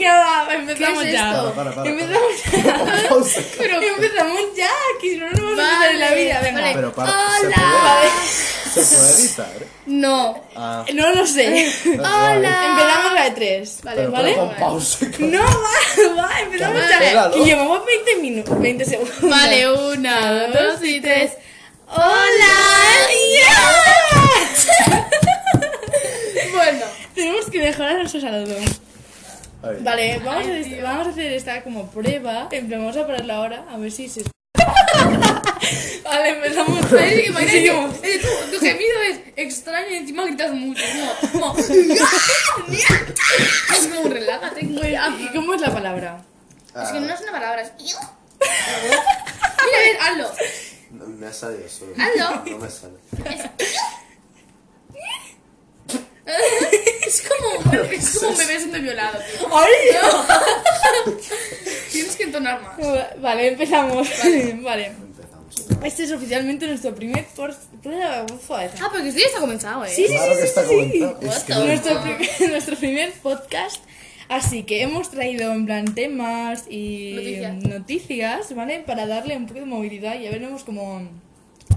Nada, empezamos ¿Qué es ya. esto? Para, para, para, empezamos ya. Pausa. Pero empezamos ya, que si no, no vamos a empezar en la Vale, vida. Venga. vale. Pero para, Hola. se puede, se puede editar. No, Ah, no lo sé. Hola. Empezamos la de tres. Vale, Pero, ¿vale? pero con pausa. con- No, va, va, empezamos pues. Vale. ya. Espéralo. Y llevamos 20 minutos, 20 segundos. Vale, una, dos y tres. ¡Hola! Bueno, Tenemos que mejorar nuestro saludo. A ver. Vale, vamos, Ay, a, tío. vamos a hacer esta como prueba. En plan, vamos a pararla ahora a ver si se. vale, empezamos. parece que parece que- Seguimos. eh, tu, tu gemido es extraño y encima gritas mucho. Es como, como, es como relájate. Bueno, ¿y cómo es la palabra? Ah, Es que no es una palabra, es. Mira, a ver, hazlo. Ah, no me sale eso. Hazlo. No me sale. Es como, es como un bebé siendo violado. tío. Tienes que entonar más. Vale, empezamos. Vale. Empezamos. Este es oficialmente nuestro primer por... prueba. joder. Ah, porque esto ya está comenzado, eh. Sí, sí, Claro sí, que sí, está sí. comentado. Es que no lo nuestro, primer, nuestro primer podcast. Así que hemos traído en plan temas y Noticias. noticias, ¿vale? Para darle un poco de movilidad y ya veremos cómo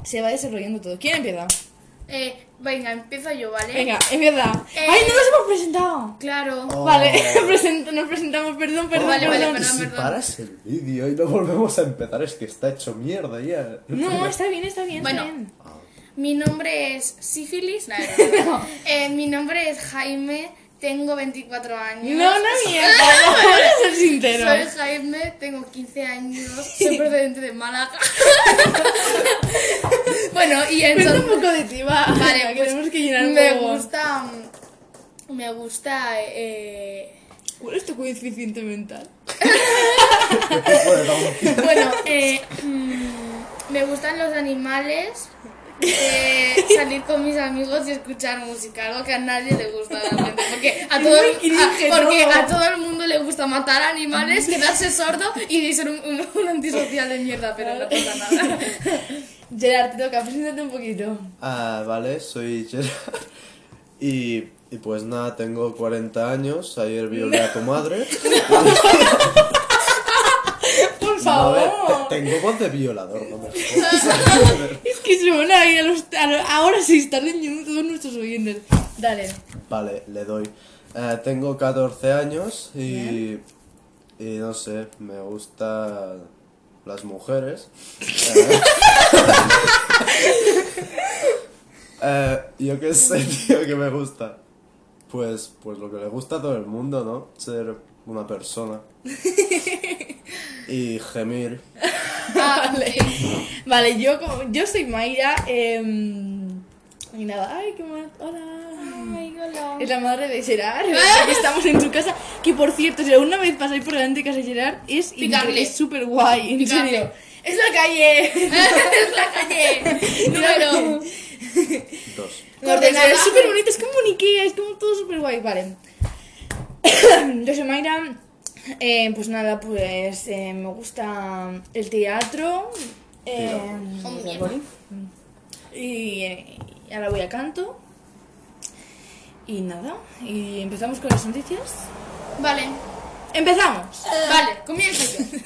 se va desarrollando todo. ¿Quién empieza? Eh, venga, empiezo yo, ¿vale? Venga, empieza. Eh. ¡Ay, no nos hemos presentado! Claro. Oh. Vale, present- nos presentamos, perdón, perdón, Vale, vale, perdón. perdón, si perdón. paras el vídeo y no volvemos a empezar, es que está hecho mierda ya. No, está bien, está bien. Bueno. está bien. Ah, Mi nombre es Sífilis. No, no, no. Eh, mi nombre es Jaime, tengo 24 años. No, no mierda, vamos a ser Soy sinceros. Jaime, tengo 15 años, soy procedente de Málaga. bueno, y Cuenta un entonces. poco de ti, va. Vale, Venga, pues, tenemos que llenar un Me poco. gusta. mm, Me gusta. eh, ¿Cuál es tu coeficiente mental? Bueno, vamos. bueno, eh, mm, me gustan los animales. eh, salir con mis amigos y escuchar música, algo que a nadie le gusta realmente, porque a todo, muy cringe, a- porque ¿no? a todo el mundo le gusta matar animales, quedarse sordo y ser un, un- un antisocial de mierda, pero no pasa nada. Gerard, te toca, preséntate un poquito. Ah, vale, soy Gerard. Y, y pues nada, tengo 40 años. Ayer violé a tu madre. Por A ver, favor. te- tengo voz de violador, no me jodas. Es que suena ahí a los, a lo- ahora se están riñendo todos nuestros oyentes. Dale. Vale, le doy. Eh, tengo 14 años y, y no sé, me gustan las mujeres. Eh, eh, yo qué sé, tío, que me gusta. Pues, pues lo que le gusta a todo el mundo, ¿no? Ser una persona. Y gemir. Vale. Vale, yo, como- yo soy Mayra. em, y nada, ay, qué mal. Hola. Ay, hola. Es la madre de Gerard, ¿verdad? que estamos en su casa. Que por cierto, si alguna vez pasáis por delante de casa de Gerard, es Picable. incre- es súper guay, en Picable. serio. Es la calle. es la calle. Número. Dos. Coordenada. Es súper bonito, es como un Ikea, es como todo súper guay. Vale. Yo soy Mayra. eh, pues nada, pues eh, me gusta el teatro. eh, Oh, el mierda. boli, y, eh, y ahora voy a canto. Y nada, y empezamos con las noticias. Vale, ¡Empezamos! vale, comienzo yo.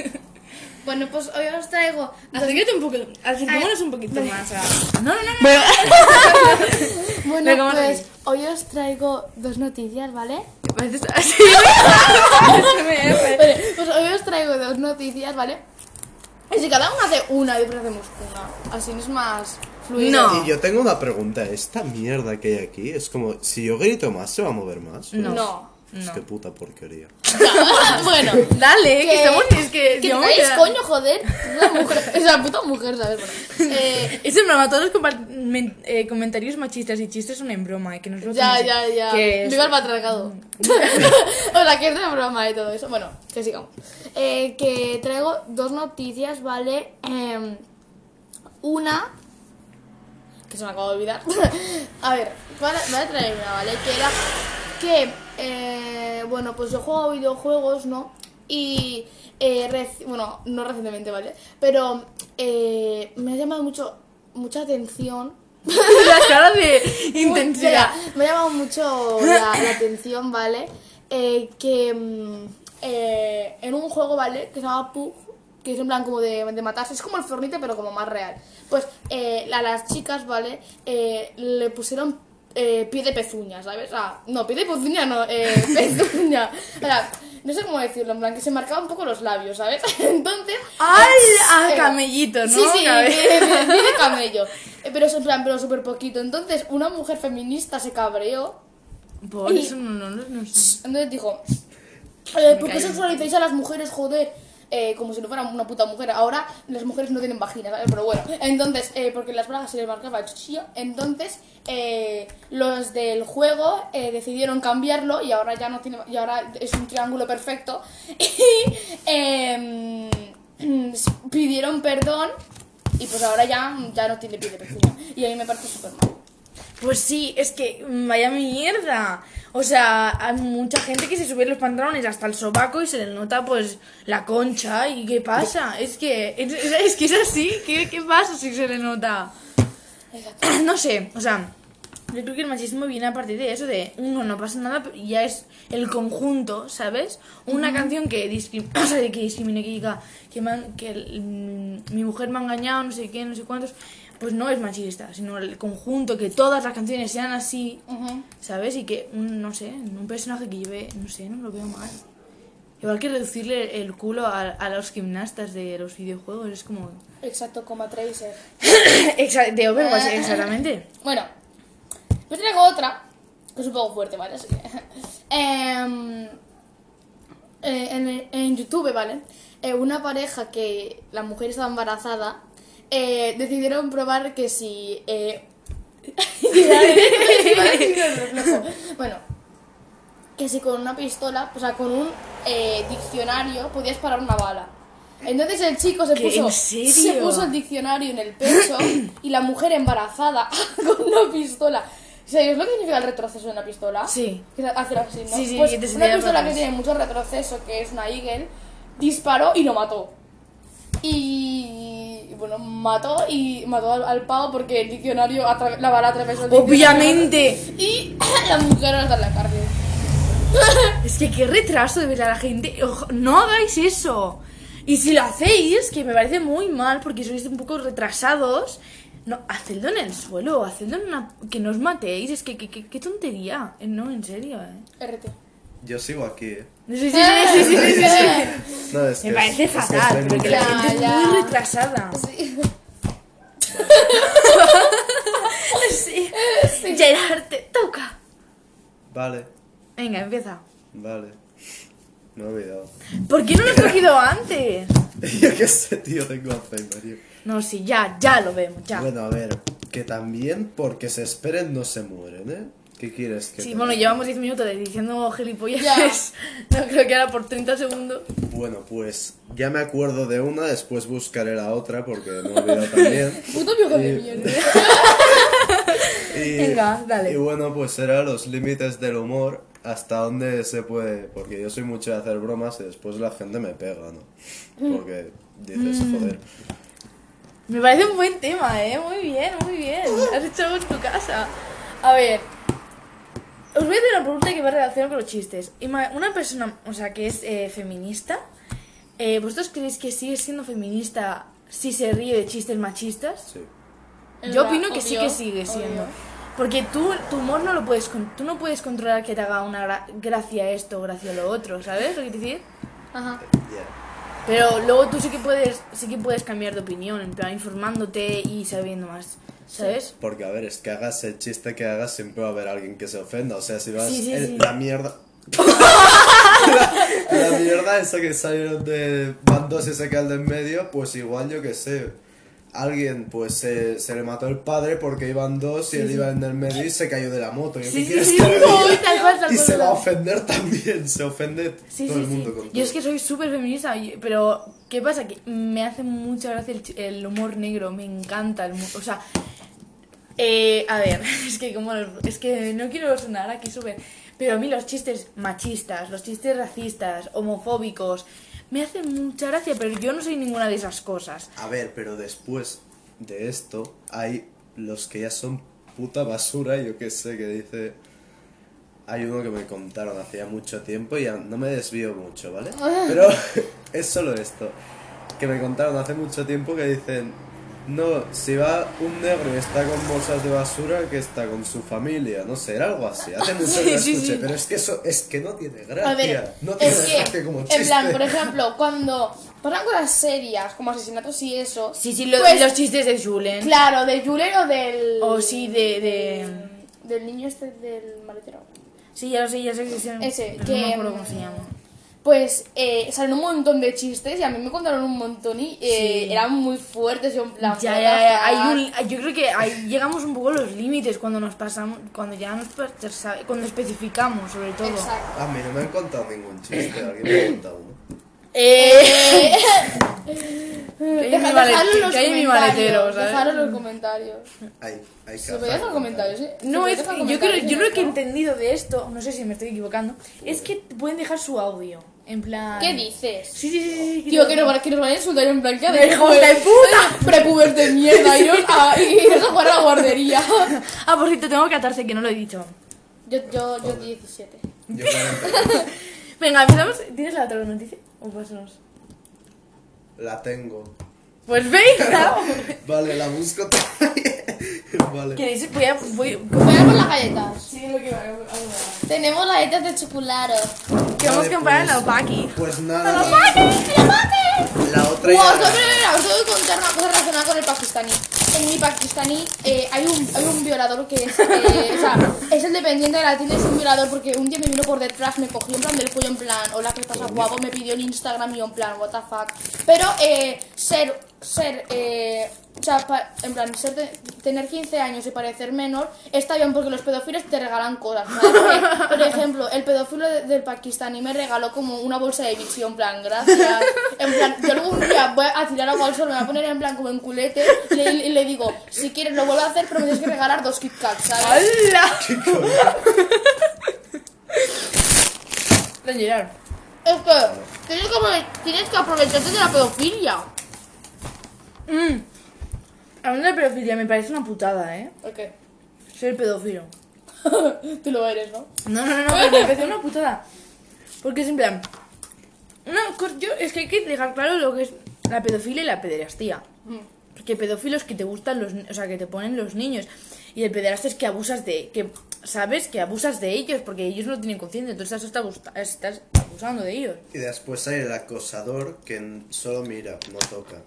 Bueno, pues hoy os traigo. Acércate un poco, acerquémonos un poquito Vale. más. a- No, no, no, no. Venga, Bueno, vamos a pues hoy os traigo dos noticias, ¿vale? Pareces así. Vale, pues hoy os traigo dos noticias, ¿vale? Y si cada uno hace una y otros hacemos una. Así es más fluido. No. Y yo tengo una pregunta. Esta mierda que hay aquí es como, si yo grito más, ¿se va a mover más? No. Es que puta porquería. bueno. Dale, que estamos- Es que. Que me calles, coño, joder. Es la mujer. Es la puta mujer, ¿sabes? Bueno, eh, Es en broma, todos los compar- men- eh, comentarios machistas y chistes son en broma, eh, que no es lo ya, que- ya, ya. que es- Mm. Viva el patriarcado. o sea, que es de broma y todo eso. Bueno, que sigamos. Eh, que traigo dos noticias, ¿vale? Em, una. Que se me acabo de olvidar. a ver, voy a, voy a traer una, ¿vale? Que era que, eh, bueno, pues yo juego a videojuegos, ¿no? Y, eh, reci- bueno, no recientemente, ¿vale? Pero eh, me ha llamado mucho, mucha atención Las caras de intensidad. Mira, me ha llamado mucho la, la atención, ¿vale? eh, que mm, eh, en un juego, ¿vale? Que se llama Pug, que es en plan como de, de matarse, es como el Fornite, pero como más real. Pues eh, a las chicas, ¿vale? Eh, le pusieron eh, pie de pezuña, ¿sabes? Ah, no, pie de pezuña no, eh, pezuña. O sea, no sé cómo decirlo, en plan que se marcaba un poco los labios, ¿sabes? Entonces... ¡Al ah, eh, camellito, ¿no? Sí, sí, Cabe- eh, eh, tiene camello. Eh, Pero es en plan, pero súper poquito. Entonces, una mujer feminista se cabreó. Por eso no, no, no, no sé. Entonces dijo: eh, ¿Por qué callo. sexualizáis a las mujeres, joder? Eh, como si no fueran una puta mujer. Ahora las mujeres no tienen vagina, ¿sabes? Pero bueno. Entonces, eh, porque las bragas se les marcaba el chichillo. Entonces, eh, los del juego eh, decidieron cambiarlo y ahora ya no tiene. Y ahora es un triángulo perfecto. Y. em, pidieron perdón. Y pues ahora ya, ya no tiene pie de pezuña. Y a mí me parece súper mal. Pues sí, es que mm, vaya mierda. O sea, hay mucha gente que se sube los pantalones hasta el sobaco y se le nota pues la concha. ¿Y qué pasa? Es que es, es- es que es así. ¿Qué, qué pasa si se le nota? No sé, o sea, yo creo que el machismo viene a partir de eso, de uno no pasa nada, pero ya es el conjunto, ¿sabes? Una canción que discrimina, o sea, que discrimine, que diga que, me han- que el- mm, mi mujer me ha engañado, no sé qué, no sé cuántos, pues no es machista, sino el conjunto, que todas las canciones sean así, Ujú. ¿sabes? Y que, un- no sé, un personaje que lleve, no sé, no lo veo mal. Igual que reducirle el culo a, a los gimnastas de los videojuegos, es como... Exacto, coma eh. Tracer. Exa- de Overwatch, exactamente. Bueno, yo traigo otra, que es un poco fuerte, ¿vale? Así que, em, eh, en, en YouTube, ¿vale? Eh, una pareja que la mujer estaba embarazada, eh, decidieron probar que si... eh, bueno, que si con una pistola, o sea, con un eh, diccionario podías parar una bala. Entonces el chico se ¿Qué? puso, ¿En serio? se puso el diccionario en el pecho y la mujer embarazada con una pistola. ¿Sabéis lo que significa el retroceso de una pistola? Sí. Que hacer así, ¿no? Sí, sí, Pues que te una señala pistola para que atrás. tiene mucho retroceso, que es una Eagle, disparó y lo mató. Y bueno, mató y mató al, al pavo porque el diccionario atra- la bala atravesó el Obviamente. diccionario. Y la mujer ahora está en la cárcel. Es que qué retraso de ver a la gente. Ojo, no hagáis eso. Y si lo hacéis, que me parece muy mal porque sois un poco retrasados, no, hacedlo en el suelo, hacedlo en una... que no os matéis. Es que qué que, qué tontería. Eh, No, en serio, eh. RT. Yo sigo aquí, ¿eh? Sí, sí, sí, sí, sí, sí, sí. No, es Me que- parece es que estoy fatal muy porque la Ya, gente ya. es muy retrasada. Sí. Sí. Gerard, te toca. Vale, Venga, empieza. vale. Me he olvidado. ¿Por qué no lo has cogido antes? Yo qué sé, tío, tengo Alzheimer, tío. No, sí, ya, ya lo vemos, ya. Bueno, a ver, que también porque se esperen no se mueren, ¿eh? ¿Qué quieres que Sí, te bueno, diga? llevamos 10 minutos de diciendo gilipollas. No creo que ahora por 30 segundos. Bueno, pues ya me acuerdo de una, después buscaré la otra porque me he olvidado también. Puto viejo de Y- mierda. Y, Venga, dale. Y bueno, pues era los límites del humor, hasta dónde se puede, porque yo soy mucho de hacer bromas y después la gente me pega, Mm. ¿no? Porque dices, joder. Me parece un buen tema, ¿eh? Muy bien, muy bien. Has hecho algo en tu casa. A ver. Os voy a hacer una pregunta que va relacionada con los chistes. Ima- Una persona, o sea, que es eh, feminista, eh, ¿vosotros creéis que sigue siendo feminista si se ríe de chistes machistas? Sí. Yo Verdad, opino que sí que obvio, sigue siendo. obvio. Porque tú, tu humor no lo puedes, con- tú no puedes controlar que te haga una gra- gracia esto, gracia lo otro, ¿sabes lo que te decir? Ajá. ya. Pero luego tú sí que puedes, sí que puedes cambiar de opinión, en plan informándote y sabiendo más, ¿sabes? Porque a ver, es que hagas el chiste que hagas, siempre va a haber alguien que se ofenda. O sea, si vas Sí, sí, el- sí. la mierda. la, la mierda esa que salieron de bandos y se quedan en medio, pues igual yo que sé. Alguien, pues se, se le mató el padre porque iban dos y él iba en el medio y se cayó de la moto. Yo, ¿qué quieres que le diga? sí, tal cual, tal Y cual, se tal va a cual. ofender también, se ofende Sí, todo sí, el mundo con sí. todo. Yo es que soy súper feminista, y- pero ¿qué pasa? Que me hace mucha gracia el, ch- el humor negro, me encanta el humor, o sea... eh, a ver, es que como los- es que no quiero sonar aquí súper, pero a mí los chistes machistas, los chistes racistas, homofóbicos, me hacen mucha gracia, pero yo no soy ninguna de esas cosas. A ver, pero después de esto hay los que ya son puta basura, yo qué sé, que dice... hay uno que me contaron hacía mucho tiempo y ya no me desvío mucho, ¿vale? Ah. Pero es solo esto. Que me contaron hace mucho tiempo que dicen, no, si va un negro y está con bolsas de basura, que está con su familia, no sé, era algo así. Hace mucho que Sí, lo sí, escuché, sí. pero es que eso es que no tiene gracia. A ver, no tiene es gracia que, como chiste. en plan, por ejemplo, cuando pasan cosas serias como asesinatos y eso, Sí, sí, lo- pues, los chistes de Julen. claro, del Julero del... O sí, de, de... Del niño este del maletero. Sí, ya lo sé, ya sé que se... Ese, pero que, No me acuerdo mm, cómo se llama. Pues eh, salieron un montón de chistes y a mí me contaron un montón y eh, Sí. eran muy fuertes. Yo en plan, Ya, ya, ya, hay un- yo creo que ahí llegamos un poco a los límites cuando nos pasamos, cuando ya nos pas- sabe- cuando especificamos sobre todo. Exacto. A mí no me han contado ningún chiste, alguien me ha contado uno. Eh, Deja- mi dejadlo malet- en los que hay en mi comentarios, maletero, ¿sabes? dejadlo en los comentarios. Hay, hay Se lo podías dejar en comentarios, ¿eh? Se no lo es dejas en que yo creo, comentarios, yo lo que he ¿no? entendido de esto, no sé si me estoy equivocando, es que te pueden dejar su audio, en plan. ¿Qué dices? Sí, sí, sí, sí, sí, Tío, te- que nos van, que nos van a insultar en plan, ¿qué ¡Me hacéis? ¡Hijo de puta! Prepuber de mierda y, os- ah, y nos a jugar a la guardería. Ah, por cierto, tengo 14, que no lo he dicho. Yo, yo, yo 17. Yo claramente Venga, empezamos. ¿Tienes la otra noticia? O pues pasamos. la tengo. Pues venga. Vale, la busco también. Vale. ¿Queréis? Voy a. Voy, Voy a por las galletas. Sí, lo que va, lo que va. Tenemos galletas de chocolate. Que vamos a Vale, comparar pues- la Paki. Pues ¡Me nada, lo la, mates! ¡Me lo mates! la otra Wow, ya- os tengo que contar una cosa relacionada con el pakistaní. En mi pakistaní eh, hay, un, hay un violador que es, eh, o sea, es el dependiente de la tienda, es un violador porque un día me vino por detrás, me cogió en plan del cuello en plan, hola, ¿qué pasa, guapo? Me pidió en Instagram y yo en plan, what the fuck. Pero eh, ser, ser, eh, o sea, pa- en plan, ser de- tener 15 años y parecer menor está bien porque los pedófilos te regalan cosas. ¿no? Por ejemplo, el pedófilo de- del pakistaní me regaló como una bolsa de visión, en plan, gracias. En plan, yo algún día voy a tirar agua al sol, me voy a poner en plan como en culete y le, y le digo, si quieres lo vuelvo a hacer, pero me tienes que regalar dos Kit Kats, ¿sabes? ¡Hala! Don Gerard. Es que tienes que, aprove- tienes que aprovecharte de la pedofilia. Mm. Hablando de pedofilia, me parece una putada, ¿eh? Ok, Ser pedófilo. tú lo eres, ¿no? No, no, no, pero me parece una putada. Porque es en plan. No, cor- yo, es que hay que dejar claro lo que es la pedofilia y la pederastía. Porque pedófilos que te gustan los. ni- O sea, que te ponen los niños. Y el pederasta es que abusas de. que sabes que abusas de ellos porque ellos no tienen conciencia. Entonces estás, abusta- estás abusando de ellos. Y después hay el acosador que n- solo mira, no toca.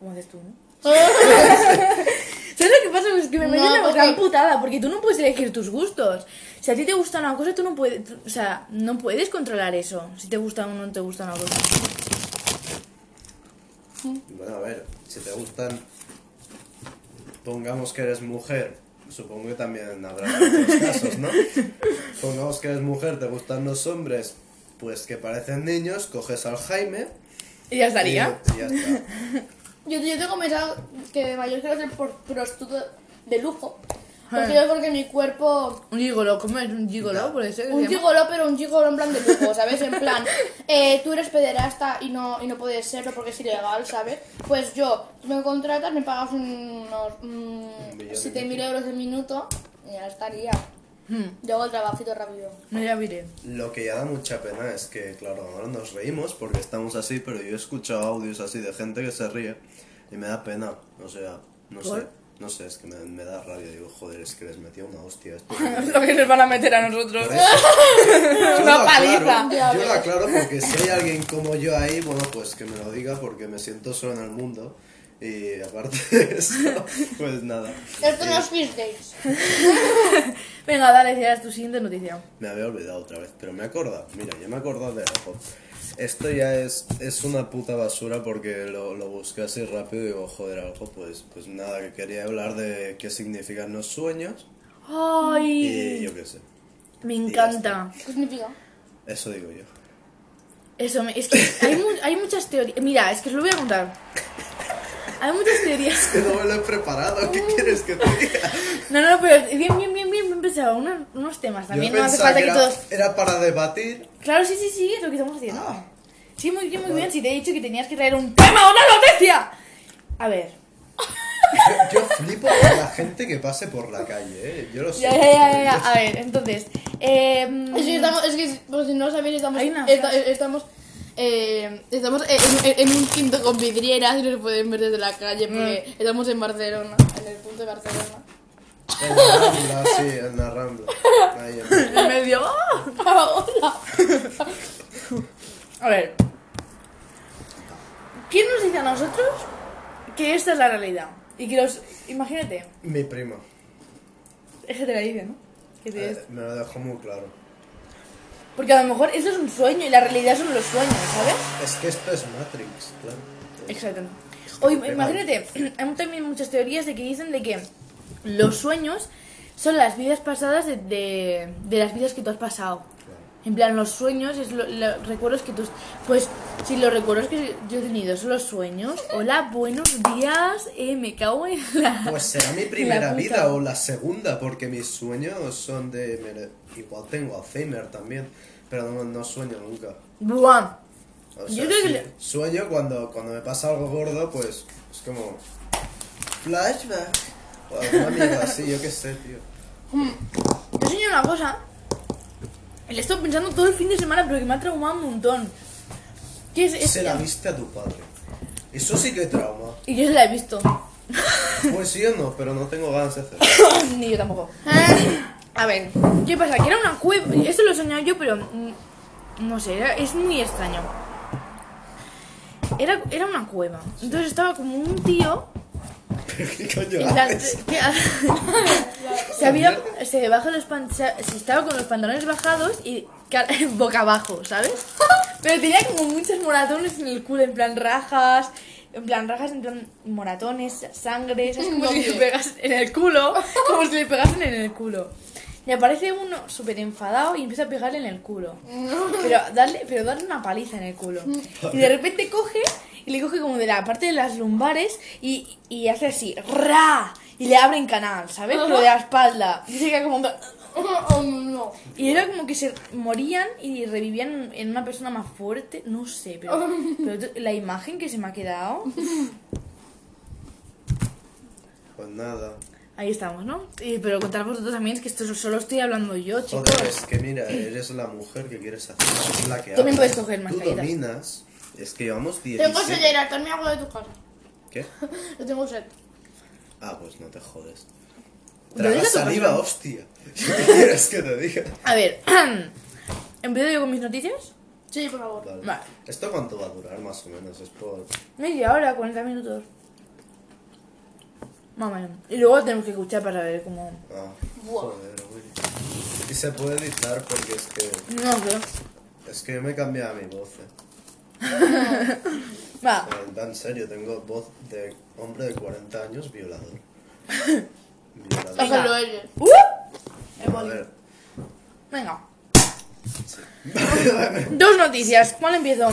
Como haces tú, ¿no? ¿Sabes lo que pasa? Es que me No, parece una porque- gran putada, porque tú no puedes elegir tus gustos. Si a ti te gusta una cosa, tú no puedes, tú- o sea, no puedes controlar eso, si te gusta o no te gusta una cosa. Bueno, a ver, si te gustan. Pongamos que eres mujer. Supongo que también habrá otros casos, ¿no? Pongamos que eres mujer, te gustan los hombres, pues que parecen niños, coges al Jaime. Y ya y- estaría. Y, ya está. Yo, yo tengo pensado que de mayor quiero ser por prostituto de lujo. Eh. Porque yo creo que mi cuerpo. Un gigolo, ¿cómo es un gigolo? Ya. Puede ser. que se Un llama. gigolo, pero un gigolo en plan de lujo, ¿sabes? En plan, eh, tú eres pederasta y no, y no puedes serlo porque es ilegal, ¿sabes? Pues yo, tú me contratas, me pagas unos Un millón mm, de 7.000 euros el minuto y ya estaría. Hmm, Yo hago el trabajito rápido. no ya miré. Lo que ya da mucha pena es que, claro, ahora nos reímos porque estamos así, pero yo he escuchado audios así de gente que se ríe y me da pena. O sea, no sé. ¿Por? No sé, es que me, me da rabia. Digo, joder, es que les metí una hostia. a estos lo que nos van a meter a nosotros. Por eso. Yo Una lo paliza. Ya Yo lo ves. aclaro porque si hay alguien como yo ahí, bueno, pues que me lo diga porque me siento solo en el mundo. Y aparte de eso, pues nada. Esto Y no es Fish Days. Venga, dale, Gerard, tu siguiente noticia. Me había olvidado otra vez, pero me he acordado. Mira, yo me he acordado de algo. Esto ya es, es una puta basura porque lo, lo busqué así rápido y digo, joder, algo, pues, pues nada, que quería hablar de qué significan los sueños y Ay, yo qué sé. me encanta. ¿Qué significa? Eso digo yo. Eso, me- es que hay, mu- hay muchas teorías. Mira, es que os lo voy a contar. Hay muchas teorías. Que no me lo he preparado, ¿qué quieres que te diga? No, no, pero bien, bien, bien, bien, bien pensado. Unos, unos temas también. Yo No hace pensaba falta que, era, todos. Era para debatir. Claro, sí, sí, sí, es lo que estamos haciendo. Ah. Sí, muy bien, muy bien. Si te he dicho que tenías que traer un tema, una noticia. A ver. Yo, yo flipo con la gente que pase por la calle, ¿eh? Yo lo sé. Ya, ya, ya, ya, ya. A ver, entonces. em, Es que estamos, es que por si no lo sabéis, estamos, Hay una esta- frase. estamos, eh, estamos en, en- en un quinto con vidrieras y nos pueden ver desde la calle porque estamos en Barcelona, en el punto de Barcelona. En la Rambla, sí, en la Rambla. Ahí en- en medio. ¡ah! Ahora. A ver. ¿Quién nos dice a nosotros que esta es la realidad? Y que los. Imagínate, Mi primo. ese te la dice, ¿no? Que te- Eh, me lo dejó muy claro. Porque a lo mejor eso es un sueño y la realidad son los sueños, ¿sabes? Es que esto es Matrix, claro. Exacto. O im- Qué imagínate, hay también muchas teorías de que dicen de que los sueños son las vidas pasadas de, de, de las vidas que tú has pasado. En plan, los sueños es lo- los recuerdos que tú... Pues, si los recuerdos que yo he tenido son los sueños... Hola, buenos días, eh, me cago en la... Pues será mi primera La puta. vida o la segunda, porque mis sueños son de... me le- Igual tengo Alzheimer también, pero no, no sueño nunca. Buah. O Yo sea, creo que sí, le- sueño cuando, cuando me pasa algo gordo, pues es como... Flashback. O alguna mierda así, yo qué sé, tío. Yo sueño una cosa. y Le he estado pensando todo el fin de semana, pero que me ha traumado un montón. ¿Qué es, es- Se la viste a tu padre. Eso sí que trauma. Y yo se la he visto. Pues sí o no, pero no tengo ganas de hacerlo. Ni yo tampoco. A ver. ¿Qué pasa? Que era una cueva. Esto lo he soñado yo, pero. mm, No sé, era- es muy extraño. Era, era una cueva. Entonces estaba como un tío. ¿Qué coño En plan, haces? que- ah, se había. Se, bajó los pan- se, se estaba con los pantalones bajados y ca- boca abajo, ¿sabes? Pero tenía como muchos moratones en el culo, en plan rajas. En plan rajas, en plan moratones, sangre. Es como si le Vale. pegas en el culo. Como si le pegasen en el culo. Y aparece uno súper enfadado y empieza a pegarle en el culo. Pero darle, pero darle una paliza en el culo. Y de repente coge y le coge como de la parte de las lumbares y, y hace así, ¡ra! Y le abre en canal, ¿sabes? Pero de la espalda. Y se queda como... Oh, no. Y era como que se morían y revivían en una persona más fuerte. No sé, pero, pero la imagen que se me ha quedado... Pues nada. Ahí estamos, ¿no? Y- pero contar vosotros también es que esto solo estoy hablando yo, chicos. Joder, es que mira, eres la mujer que quieres hacer, es la que También habla. puedes coger más Tú caídas. dominas, es que llevamos Tengo sed, 17... Gerard, tome agua de tu casa. ¿Qué? Yo tengo sed. Ah, pues no te jodes. Yo Traga dije tu saliva, pasión. hostia. ¿Qué quieres que te diga? A ver, ¿empiezo yo con mis noticias? Sí, por favor. Vale. Vale. ¿Esto cuánto va a durar más o menos? Es por... Media hora, 40 minutos. Mamá. Y luego tenemos que escuchar para ver cómo. Ah, Buah. joder, Willy. Y se puede editar porque es que... No sé. Es que yo me cambiaba mi voz, eh. Va. En plan, En serio, tengo voz de hombre de 40 años violador. Eso Violador. Venga. lo eres. ¡Uh! A ver. Venga. Dos noticias. ¿Cuál empiezo?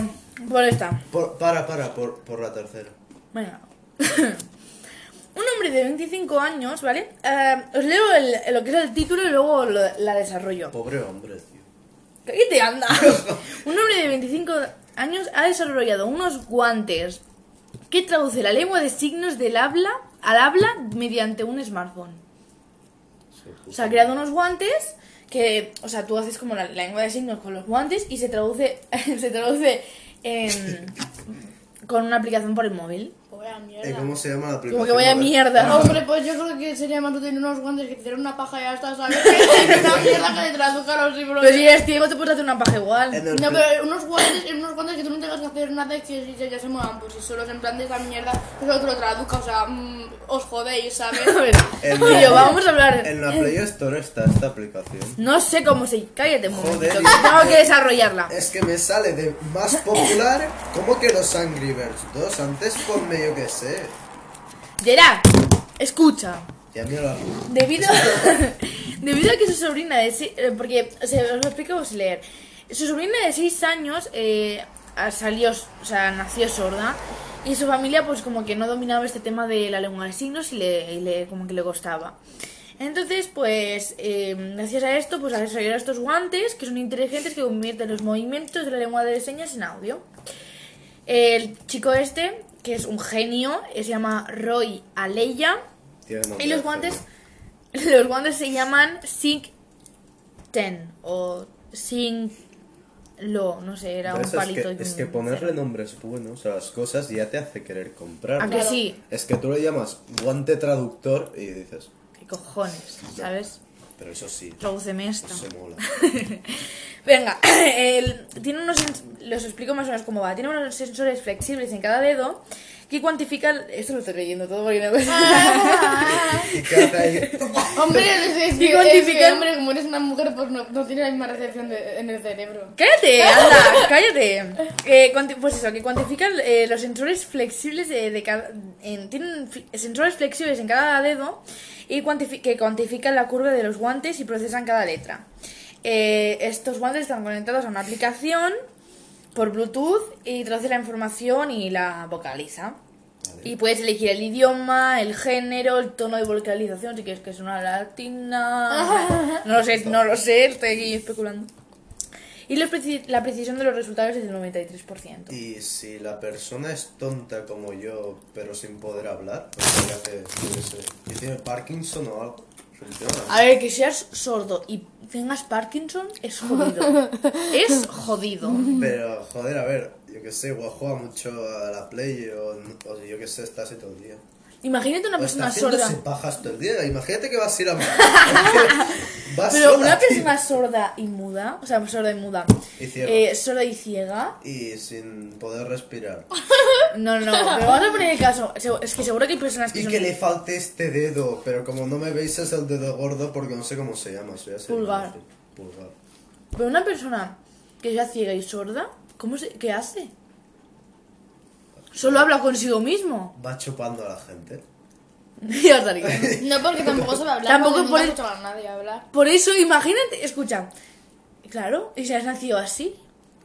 Por esta. Por- para, para, por, por la tercera. Venga. Un hombre de 25 años, ¿vale? Eh, os leo el- lo que es el título y luego lo- la desarrollo. Pobre hombre, tío. ¿Qué te anda? Un hombre de 25 años ha desarrollado unos guantes que traduce la lengua de signos del habla al habla mediante un smartphone. O sea, ha creado unos guantes que, o sea, tú haces como la, la lengua de signos con los guantes y se traduce, se traduce en- con una aplicación por el móvil. Pobre Pues mierda. Eh, ¿Cómo se llama la Ah. aplicación? Como que vaya Vale. mierda. Hombre, pues yo creo que sería más útil unos guantes que te dieran una paja y ya está, ¿sabes? Que una mierda que te traduzcan los libros. Pero si eres ciego te puedes hacer una paja En igual. el No, pla- pero unos guantes, unos guantes que tú no tengas que hacer nada y que si ya, ya se muevan, pues si solo es en plan de esa mierda, pues solo te lo traduzca, o sea, mm, os jodéis, ¿sabes? A ver, En tío, la- vamos a hablar. En la Play Store está esta aplicación. No sé cómo se... Cállate un momento, Joder, Eh. que y- tengo que desarrollarla. Es que me sale de más popular como que los Angry Birds 2. Antes ponme yo que sé. Gerard, escucha. Ya me lo hago. Debido, debido a que su sobrina de... si- eh, Porque, o sea, os lo explico, os leer. Su sobrina de 6 años eh, ah, salió, s- o sea, nació sorda. Y su familia, pues como que no dominaba este tema de la lengua de signos y le, y le- como que le costaba. Entonces, pues, eh, gracias a esto, pues ha desarrollado estos guantes que son inteligentes que convierten los movimientos de la lengua de señas en audio. El chico este que es un genio, se llama Roy Aleya. Tiene nombre Y los de guantes, genio. los guantes se llaman Sink Ten o Sink Lo, no sé, era un Pero eso es que- palito. Es que, y un ponerle cero. nombres buenos a las cosas ya te hace querer comprar. ¿A que sí? Es que tú le llamas guante traductor y dices, ¿Qué cojones? ¿Sabes? pero eso sí, Tradúceme esto. eso mola. Venga, el- tiene unos. sens- Los explico más o menos cómo va. Tiene unos sensores flexibles en cada dedo que cuantifican. Esto lo estoy leyendo todo porque no. Y quédate ahí. Hombre, es, es que, Y es que, cuantifican- hombre, como eres una mujer, pues no, no tiene la misma recepción de- en el cerebro. ¡Cállate! ¡Anda! ¡Cállate! Eh, cuanti- pues eso, que cuantifican eh, los sensores flexibles de, de cada. en- tienen fl- sensores flexibles en cada dedo y cuantifi- que cuantifican la curva de los guantes y procesan cada letra. Eh, estos guantes están conectados a una aplicación por Bluetooth y traduce la información y la vocaliza. Y puedes elegir el idioma, el género, el tono de vocalización, si quieres que es una latina. No lo sé, no lo sé, estoy aquí especulando. Y los preci- la precisión de los resultados es del 93%. Y si la persona es tonta como yo, pero sin poder hablar, pues ¿qué hace? Yo qué sé. Y tiene Parkinson o algo. Funciona. A ver, que seas sordo y tengas Parkinson es jodido. es jodido. Pero, joder, a ver, yo qué sé, igual juega mucho a la Play o, o yo qué sé, está así todo el día. Imagínate una O está persona haciéndose sorda. pajas todo el día. Imagínate que vas a ir a... vas Pero sola, una tío. persona sorda y muda, o sea, sorda y muda, Y ciega. eh, sorda y ciega, Y sin poder respirar. no, no, pero vamos a poner el caso, Se- es que seguro que hay personas que Y son que le falte este dedo, pero como no me veis es el dedo gordo porque no sé cómo se llama. soy así, Pulgar. no sé, Pulgar. Pero una persona que sea ciega y sorda, ¿cómo se, ¿qué hace? Solo habla consigo mismo. Va chupando a la gente. Ya os daré. No, porque tampoco sabe hablar. Tampoco porque por nunca el- ha escuchado a nadie hablar. Por eso, imagínate, escucha. Claro, y si has nacido así,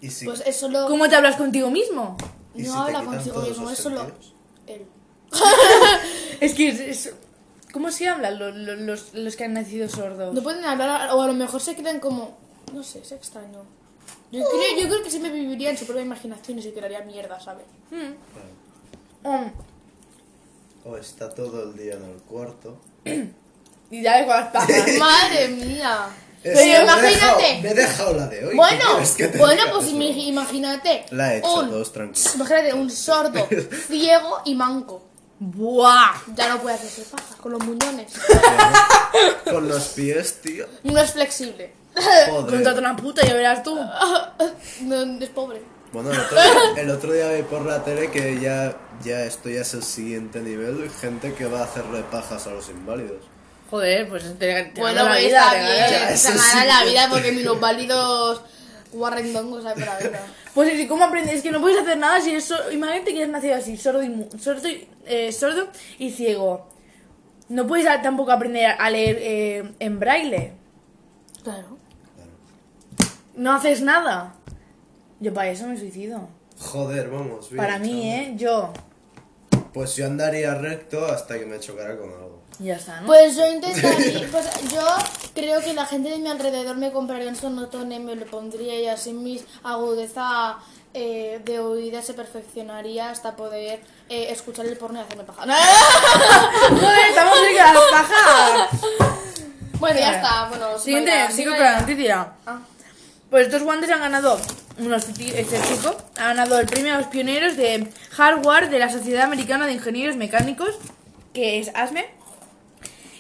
Y si, Pues es solo. ¿cómo te hablas contigo mismo? y si No te habla quitan consigo todos mismo, los es solo. sentidos. Él. Es que es. es- ¿Cómo se hablan lo- lo- los, los que han nacido No sordos? pueden hablar, o a lo mejor se quedan como. No sé, es extraño. Yo creo, yo creo que siempre viviría en su propia imaginación y se crearía mierda, ¿sabes? Hmm. Mm, O está todo el día en el cuarto. Y ya igual las pajas. ¡Madre mía! Es Pero que me he imagínate. dejado- Me he dejado la de hoy. ¿qué Bueno, quieres que te bueno, diga? pues Es imi- broma. imagínate. La he hecho, un- todos tranquilos. Imagínate, un sordo, ciego y manco. ¡Buah! Ya no puede hacerse paja con los muñones. Con los pies, tío. No es flexible. Contrata Joder. una puta y ya verás tú. No, es pobre. Bueno, el otro, día, el otro día vi por la tele que ya, ya esto ya es el siguiente nivel. y Gente que va a hacerle pajas a los inválidos. Joder, pues te, te Bueno, gana la pues vida, está te gana la vida. bien. eso Se gana sí. la vida porque ni los válidos guarrendongos hay para verlo. Pues ¿y cómo aprendes? Es que no puedes hacer nada si eres sordo. Imagínate que has nacido así, sordo y, mu- sordo, y- eh, sordo y ciego. No puedes a- tampoco aprender a leer eh, en braille. Claro. No haces nada. Yo para eso me suicido. Joder, vamos. bien, para mí, chaval. ¿eh? Yo. ¿eh? Pues yo andaría recto hasta que me chocara con algo. Ya está, ¿no? Pues yo intentaría, pues yo creo que la gente de mi alrededor me compraría un sonotone y me lo pondría y así mi agudeza eh, de oída se perfeccionaría hasta poder eh, escuchar el porno y hacerme paja. Pues Joder, estamos cerca de las pajas. Bueno, ya está, bueno, Siguiente, vaya, sigo con vaya. la noticia. Ah. Pues estos guantes han ganado, unos ti- este chico, ha ganado el premio a los pioneros de hardware de la Sociedad Americana de Ingenieros Mecánicos, que es ASME.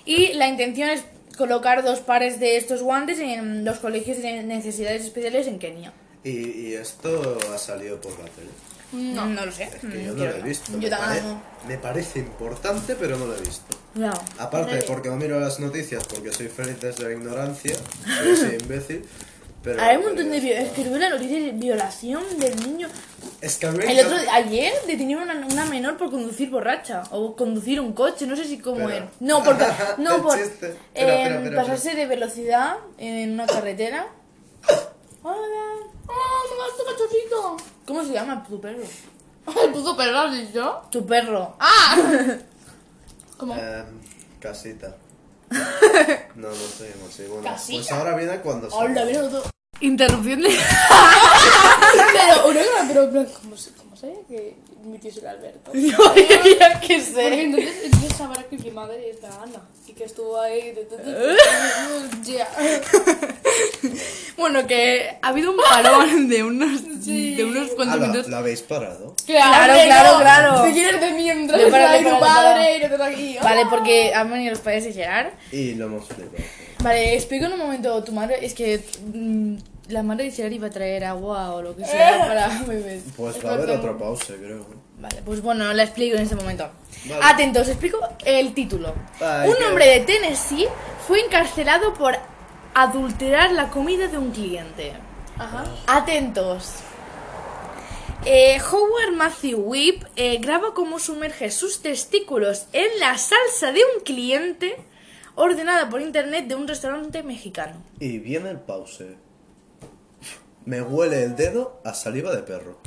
Y la intención es colocar dos pares de estos guantes en los colegios de necesidades especiales en Kenia. Y, y esto ha salido por la tele. No, lo sé. Es que Mm, yo no creo lo he no. visto. Yo me, pare- tampoco. me parece importante, pero no lo he visto. No. Aparte, porque no miro las noticias, porque soy feliz desde la ignorancia, porque soy imbécil. Pero Hay un montón de violaciones. Escribió la noticia de violación del niño. Es que a mí me El otro encanta- ayer detenieron a una, una menor por conducir borracha o conducir un coche, no sé si cómo Pero- era. No, por no El por chiste. Espera, em, espera, espera, pasarse de velocidad en una carretera. Hola. ¡Ah, me gusta cachorrito! ¿Cómo se llama tu perro? El puto perro, ¿has dicho? Tu perro. ¡Ah! ¿Cómo? Em, casita. No, no seguimos, sí. Bueno, pues Casita. ahora viene cuando Hola, salga. mira, otro. Interrupción de Pero, una pero, pero, ¿Cómo sé, cómo sé que mi tío es el Alberto? Yo ya que Porque sé. entonces, entonces sabrá que mi madre es la Ana y que estuvo ahí. de- de- de- de- Ya. Bueno, que ha habido un parón de unos, de unos Ah, cuantos ¿la, minutos. la habéis parado? Claro, hombre, claro, no. claro. Te quieres de mientras, Yo para ay, que tu para, para. padre y no te lo aquí. Vale, porque han venido los padres de Gerard. Y lo hemos flipado. Vale, explico en un momento tu madre. Es que mm, la madre de Gerard iba a traer agua o lo que sea para beber. Pues va a haber otra pausa, creo. Vale, pues bueno, la explico en este momento. Vale. Atentos, explico el título. Ay, un qué- hombre de Tennessee fue encarcelado por adulterar la comida de un cliente. Ajá. Atentos. Eh, Howard Matthew Whip eh, graba cómo sumerge sus testículos en la salsa de un cliente ordenada por internet de un restaurante mexicano. Y viene el pause. Me huele el dedo a saliva de perro.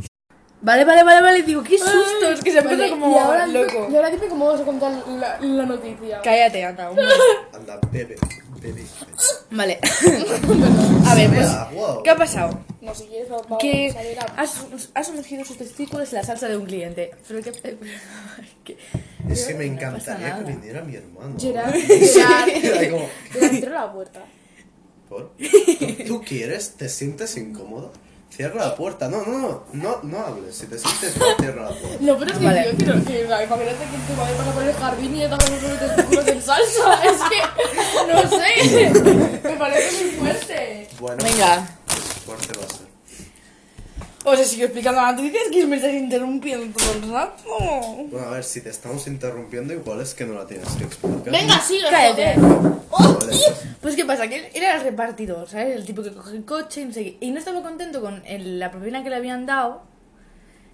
Vale, vale, vale, vale, digo, qué susto, es que se ha Vale, puesto como y ahora, dime- loco. Y ahora dime cómo vas a contar la, la noticia. Cállate, Ana. hombre. Anda, bebe, bebe. Vale. A ver, pues, Ah, wow. ¿qué ha pasado? No, si quieres, vamos que a ver a- ha, su- ha sumergido sus testículos en la salsa de un cliente. Pero que, que- Es que me No pasa encantaría nada. que viniera mi hermano. Gerard, Gerard, Era como, Gerard, cierra la puerta. ¿por? ¿Tú, tú quieres? ¿Te sientes incómodo? Cierra la puerta. No, no, no, no, no hables. Si te sientes mal, cierra la puerta. No, pero es que Vale. yo quiero que imagínate que tu madre pasa por el jardín y está con los testículos en salsa. Es que, no sé, me parece muy fuerte. Bueno, pues, Venga. fuerte va a ser. O sea, sigo explicando la noticia, es que me estás interrumpiendo todo el rato. Bueno, a ver, si te estamos interrumpiendo, igual es que no la tienes que explicar. sigue, Cállate. Vale. Pues qué pasa, que él era el repartidor, ¿sabes? El tipo que coge el coche y no sé qué. Y no estaba contento con el- la propina que le habían dado,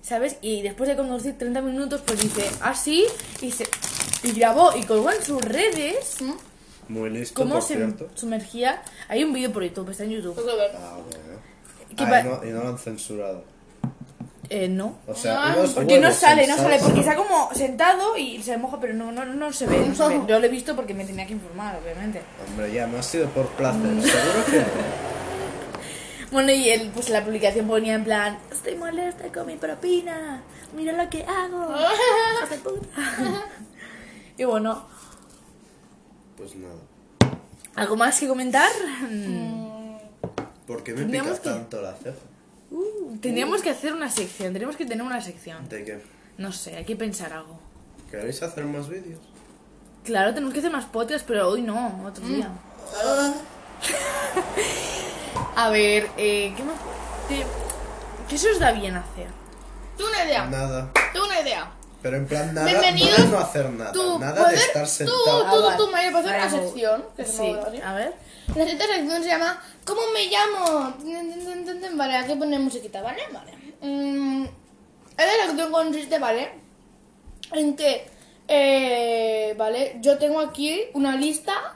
¿sabes? Y después de conducir 30 minutos, pues dice, así, y se... Y grabó y colgó en sus redes Muy listo, cómo por se cierto. sumergía. Hay un vídeo por YouTube, está en YouTube. Ah, bueno. ¿Qué Ah, pa- y, no, y no lo han censurado. Eh, no. O sea, Ah, unos Porque no huevos sale, en no sale, salsa. porque está como sentado y se moja, pero no, no, no se ve, no se ve. Yo lo he visto porque me tenía que informar, obviamente. Hombre, ya, no ha sido por placer, seguro que no. Bueno, y él, pues la publicación ponía en plan, estoy molesta con mi propina, mira lo que hago. hijos de puta". y bueno, Pues nada. ¿algo más que comentar? Mm. ¿Por qué me pica Tendríamos que- tanto la ceja? Uh, tendríamos que hacer una sección, tenemos que tener una sección. ¿De qué? No sé, hay que pensar algo. ¿Queréis hacer más vídeos? Claro, tenemos que hacer más podcasts, pero hoy no, otro Mm. día. A ver, eh, ¿qué más? te- ¿Qué se os da bien hacer? Tú una idea, Nada. tú una idea. Pero en plan nada, Bienvenidos. nada de no hacer nada, Tú, nada de poder- estar Tú, sentado. tú, Ah, tú, vale. María, puedes hacer Vale, una vamos. sección. que se Sí, llama- ¿vale? a ver. La siguiente sección se llama ¿Cómo me llamo? Tin, tin, tin, tin, tin. Vale, aquí poner musiquita, ¿vale? Vale. Mm, esta sección consiste, ¿vale? En que, eh, ¿vale? Yo tengo aquí una lista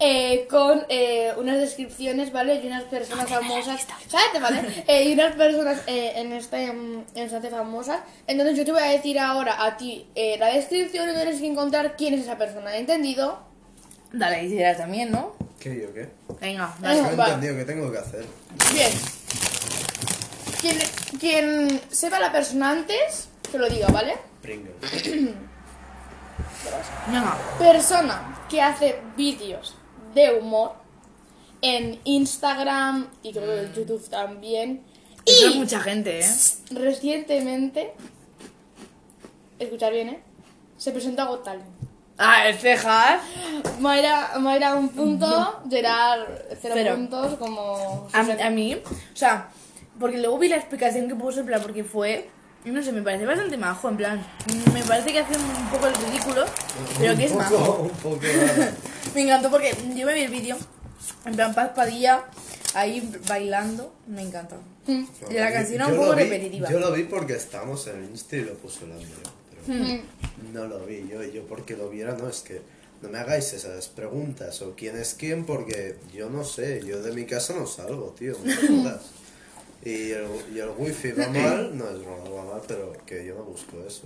eh, con eh, unas descripciones, ¿vale? Y unas personas famosas. ¿Sabes? ¿Vale? Eh, y unas personas eh, en este mm, instante famosas. Entonces yo te voy a decir ahora a ti eh, la descripción y tú tienes que encontrar quién es esa persona, ¿entendido? Dale, ideas también, ¿no? ¿Qué yo qué? Venga, Eh, dale. No he vale. entendido qué tengo que hacer. Bien. Quien, quien sepa la persona antes, que lo diga, ¿vale? Pringles. Venga. Persona que hace vídeos de humor en Instagram y creo que en YouTube también. Eso es Y mucha gente, ¿eh? recientemente, escuchar bien, ¿eh? Se presentó a Got Talent. Ah, el cejas. Mayra, Mayra un punto, Gerard cero, Cero. puntos, como... A, a mí, o sea, porque luego vi la explicación que puso en plan, porque fue, no sé, me parece bastante majo, en plan, me parece que hace un poco el ridículo, pero que es un majo. poco, un poco. nada. Me encantó porque yo me vi el vídeo, en plan, Paz Padilla, ahí bailando, me encantó. Mm. Y la canción era un Yo poco lo vi- repetitiva. Yo lo vi porque estábamos en el Insta y lo puso el Andreu. pero No lo vi yo, yo porque lo viera, no, es que no me hagáis esas preguntas o quién es quién porque yo no sé, yo de mi casa no salgo, tío, no me jodas. Y el, y el wifi va Hmm. mal, no es broma, va mal, pero que yo no busco eso.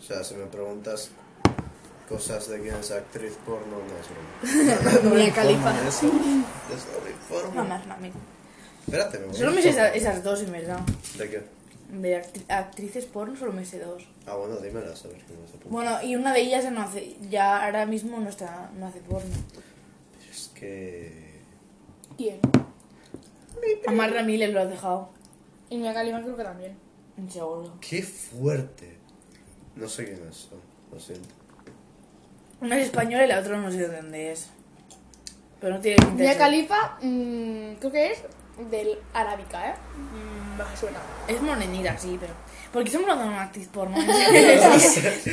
O sea, si me preguntas cosas de quién es actriz porno, no es broma. No me Mia informo Khalifa. de eso, de eso no me informo. Mamá, mami. Espérate, me voy a Solo me sé esa- informar. esas dos, en verdad. ¿De qué? De actri- actrices porno solo me sé dos. Ah, bueno, dímelas, a ver que no se apunta. Bueno, y una de ellas ya no hace, ya ahora mismo no está, no hace porno. Es que. ¿Quién? Amar Ramírez lo has dejado. Y Mia Khalifa creo que también. Seguro. ¡Qué fuerte! No sé quiénes son, lo siento. Una es española y la otra no sé de dónde es. Pero no tiene pinta de Mia ser- Khalifa mm, creo que es del Arábica, ¿eh? Mm, me suena. Es morenita, sí, pero. ¿Por qué estamos hablando de una actriz porno? no sé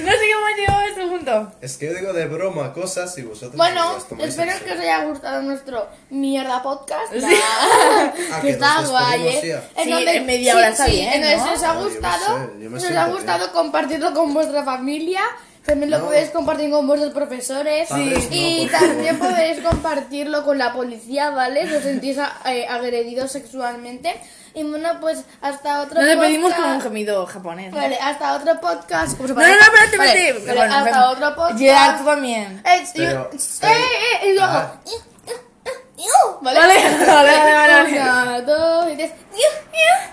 no sé cómo ha llegado esto junto. Es que yo digo de broma cosas y vosotros. Bueno, las tomáis en espero que os serio. haya gustado nuestro mierda podcast. Sí. Nah, Ah, que que está nos guay, despedimos, ¿eh? ya. Sí, en media hora está bien, Entonces, ¿no? si os ha Ah, yo me gustado, sé, yo me si os ha siento gustado, compartirlo con vuestra familia. También lo No. podéis compartir con vuestros profesores. Padres, y no, por también podéis compartirlo con la policía, ¿vale? Si os sentís a- eh, agredidos sexualmente. Y bueno, pues hasta otro Nos despedimos con podcast. un gemido japonés. ¿no? Vale, hasta otro podcast. ¿Cómo se No, no, parece? no, espérate, Vale, espérate. vale, Bueno, hasta espérate. otro podcast. Gerard, tú también. Eh, y- Pero- eh, eh, eh, y luego. Ah. Iu, iu, iu, Vale, vale, vale, vale. Una, dos y tres. Iu, iu.